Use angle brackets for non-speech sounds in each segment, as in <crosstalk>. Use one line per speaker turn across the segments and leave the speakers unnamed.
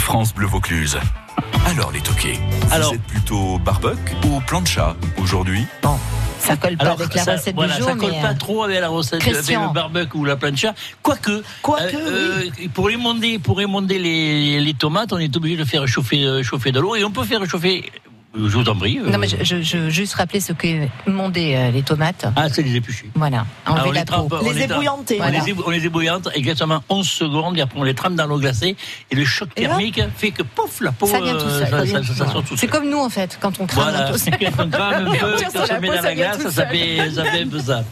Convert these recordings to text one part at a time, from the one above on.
France Bleu Vaucluse. Alors les toqués,
Alors-
vous êtes plutôt barbecue ou plancha aujourd'hui
Ça colle pas
Alors,
avec la
ça,
recette
voilà,
du jour,
ça colle
mais
pas
euh,
trop avec la recette,
Christian.
avec le barbecue ou la plancha. Quoique,
Quoique,
euh, pour émonder, pour émonder les, les tomates, on est obligé de faire chauffer, euh, chauffer de l'eau et on peut faire chauffer. Je vous en prie. euh,
non, mais je, je, je- juste rappeler ce que mondé euh, les tomates.
Ah, c'est les épluchés.
Voilà,
Ah,
enlever
on
la peau.
trempe, on
Les
trempe.
ébouillantés.
On
Voilà.
les, ébou- on les ébouillante exactement 11 secondes et après on les trempe dans l'eau glacée et le choc
Et là
thermique fait que pouf la peau
Ça vient
euh,
tout seul.
ça- ça- ça sort tout
C'est
seul.
comme nous en fait, quand on
<laughs>
crame <laughs>
Voilà,
un peu.
c'est un grave un peu,
Tiens, sur
quand ça
la
met
peau,
dans
ça
la
vient
glace,
tout
ça
<laughs>
seul.
fait, ça fait un peu ça.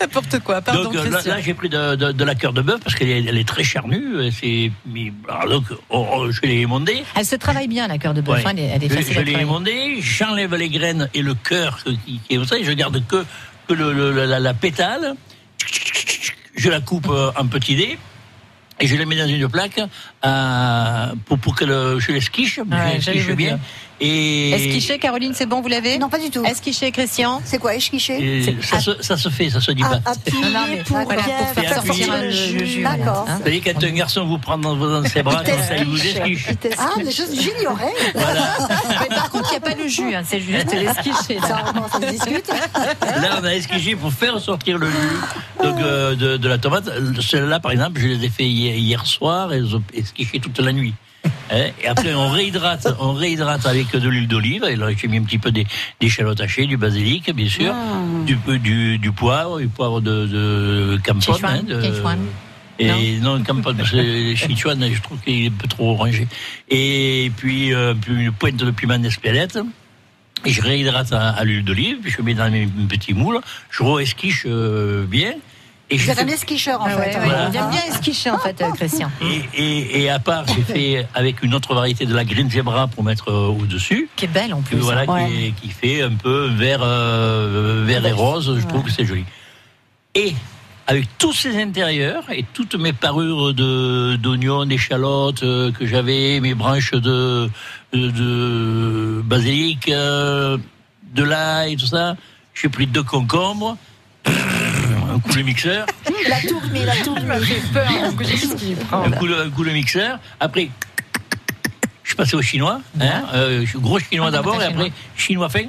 N'importe quoi, pardon
donc euh, là,
Christian.
là, j'ai pris de, de- de la cœur de bœuf parce qu'elle est, elle est très charnue. euh, C'est, mais, alors, donc on- on- je l'ai émondée.
Elle se travaille bien la cœur de bœuf,
Ouais.
hein, elle est- elle est
Je-
facile
je
à
l'ai
travailler.
émondée, j'enlève les graines et le cœur que- qui, qui est comme ça et je garde que, que le- le- la, la- la pétale. Je la coupe euh, en petits dés. Et je les mets dans une plaque euh, pour, pour que le, je les quiche, je les
j'allais
quiche
vous
bien.
dire.
Et,
Esquiché, Caroline, c'est bon, vous l'avez
Non, pas du tout.
Esquiché, Christian
C'est quoi, échiché
et
c'est-
ça,
Ah,
se, ça se fait, ça se dit
Ah,
pas.
Appuyer
Non, non, mais
pour
voilà,
bien
pour faire
sortir
sortir
un-
le
le
jus.
jus,
D'accord.
voilà, hein.
Vous savez, quand un garçon vous prend dans, dans ses bras, comme ça, il vous esquiche.
Ah, mais je- j'ignorais.
Mais Par contre, il n'y a pas le jus, hein, c'est
<laughs>
juste l'esquiché.
Ça, on commence à se discute.
<laughs> Là, on a esquigé pour faire sortir le jus donc, euh, de, de la tomate. Celle-là, par exemple, je les ai fait hier, hier soir et elles ont esquigé toute la nuit. Hein, Et après, on réhydrate, on réhydrate avec de l'huile d'olive. Et là, j'ai mis un petit peu des, des échalotes hachées, du basilic, bien sûr,
Ah.
du, peu- du, du poivre, du poivre de, de Campon.
Sichuan,
de-
Sichuan.
et non, Campon, parce que
<laughs>
Sichuan, je trouve qu'il est un peu trop orangé. Et puis, euh, puis une pointe de piment d'espelette. Et je réhydrate à, à l'huile d'olive, puis je mets dans mes petits moules, je re-esquiche euh, bien. Et,
Vous
je
êtes un
fais-
esquicheur, en
Ah ouais,
fait. Hum,
ouais,
Voilà.
Il aime bien esquiché en fait, euh, Christian.
et, et- et à part, j'ai fait avec une autre variété de la green zebra pour mettre euh, au-dessus.
Qui est belle en
que
plus.
voilà,
hein.
qui, est- qui fait un peu vert, euh, vert et rose, je trouve que c'est joli. Et avec tous ces intérieurs et toutes mes parures de- d'oignons, d'échalotes euh, que j'avais, mes branches de, de, de basilic, euh, de l'ail, tout ça, j'ai pris deux concombres, un coup le mixeur,
hum.
La tournée, la tournée.
un coup le, un coup le mixeur, après. Je suis passé au chinois, hein, euh, je suis gros chinois
Ah, t'as
d'abord, et
fait
après chinois fin.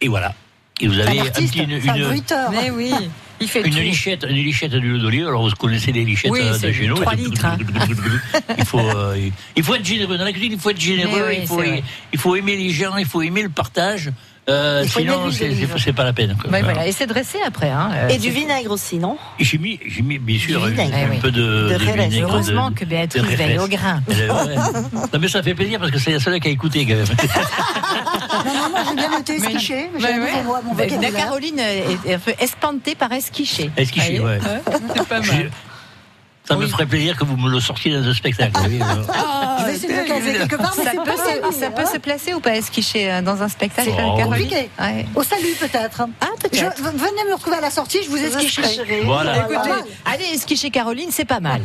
Et voilà. Et vous
euh,
avez
Un
un
artiste,
petit- une,
c'est un
une-
bruiteur.
Mais oui, il fait
une
tout.
lichette, une lichette d'huile d'olive. Alors vous connaissez les lichettes
Oui,
euh, de
c'est
chez nous.
trois
c'est-
litres, hein.
Il faut, euh, il- il faut être généreux dans la cuisine. Il faut être généreux.
Mais oui,
il, faut,
c'est vrai.
il faut aimer les gens. Il faut aimer le partage. euh,
Il faut aimer
sinon,
l'huile
c'est-
d'olive.
c'est c'est pas la peine. quoi.
Ouais,
Voilà.
voilà. Et c'est dressé après. Hein. euh,
Et du vinaigre aussi, non
J'ai mis, j'ai mis bien sûr
Du
un,
vinaigre.
un
Eh oui.
peu de,
De
de
raisin.
vinaigre,
Heureusement
de-
que
de
Béatrice va aller
réflexe.
au grain.
Euh,
<laughs>
ouais. Non mais ça fait plaisir parce que c'est la seule qui a écouté quand même.
Non, non, moi, j'ai bien noté esquiché. mais J'ai un nouveau mot à mon
Mais Bah La
vocabulaire.
Caroline est est un peu espantée par esquiché.
Esquiché,
Allez.
ouais.
C'est pas
Je- ça me
Oui.
ferait plaisir que vous me le sortiez dans un spectacle. vous voyez, alors.
Je vais essayer de le caser quelque part, mais
Ça
c'est
peut,
pas
se,
ça hein.
ça peut se placer ou pas esquiché euh, dans un spectacle,
Oh,
Caroline
compliqué.
Ouais.
Au salut, peut-être.
Ah,
Je-
peut-être. Ah,
v- Venez me retrouver à la sortie, je vous esquicherai.
Voilà.
Écoutez, allez esquicher Caroline, c'est pas mal.